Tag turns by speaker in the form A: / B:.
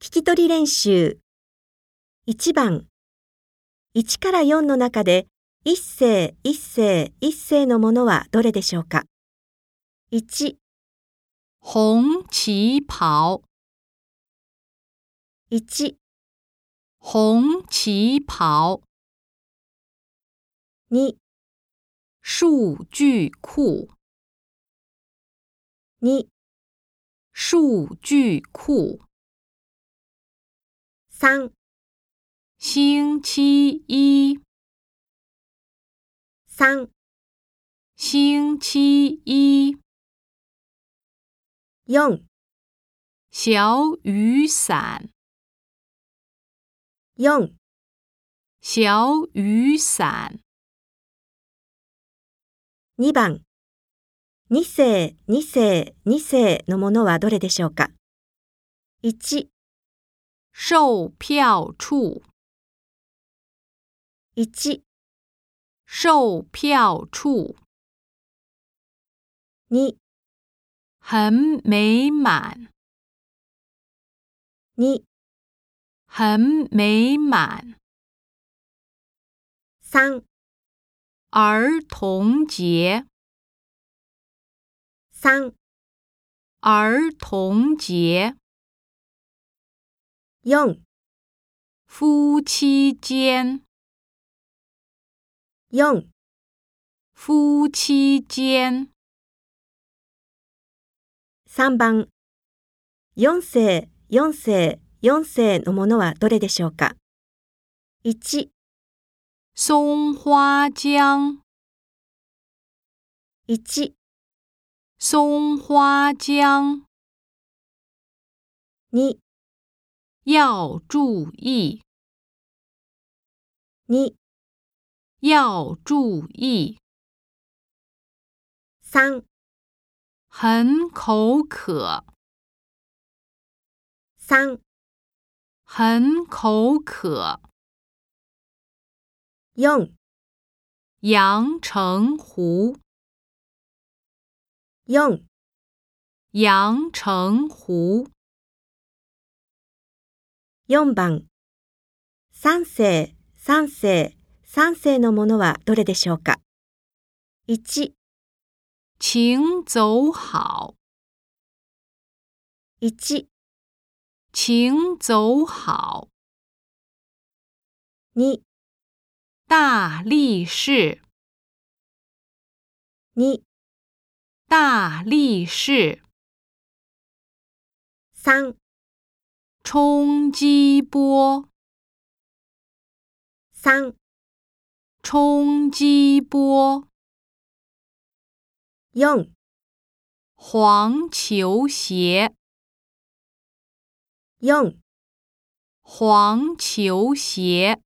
A: 聞き取り練習。1番。1から4の中で、一声、一声、一声のものはどれでしょうか ?1、
B: 红旗袍，
A: 1、
B: 红旗袍，
A: 2、
B: 数据库，
A: 2、
B: 数据库。
A: 3、
B: 星期一，
A: 3、
B: 星期一，
A: 4、
B: 小雨伞，
A: 4、
B: 小雨伞，
A: 2番。2声、2声、2声のものはどれでしょうか ?1、
B: 售票处，
A: 1、
B: 售票处
A: 2、
B: 很美满，
A: 2、
B: 很美满。
A: 3、
B: 儿童节，
A: 3、
B: 儿童节，
A: 4、
B: 夫妻间，
A: 4、
B: 夫妻间。
A: 3番4世4世4世のものはどれでしょうか11
B: 松花江，松花江
A: 12
B: 要注意，要注意。
A: 3
B: 很口渴，
A: 3
B: 很口渴。
A: 4
B: 阳澄湖，
A: 4
B: 阳澄湖。
A: 4番3世3世3世のものはどれでしょうか11
B: 请走好，请走好。
A: 12
B: 大力士，
A: 2
B: 大力士。
A: 3
B: 冲击波，
A: 3
B: 冲击波。
A: 4
B: 黄球鞋，
A: 4
B: 黄球鞋。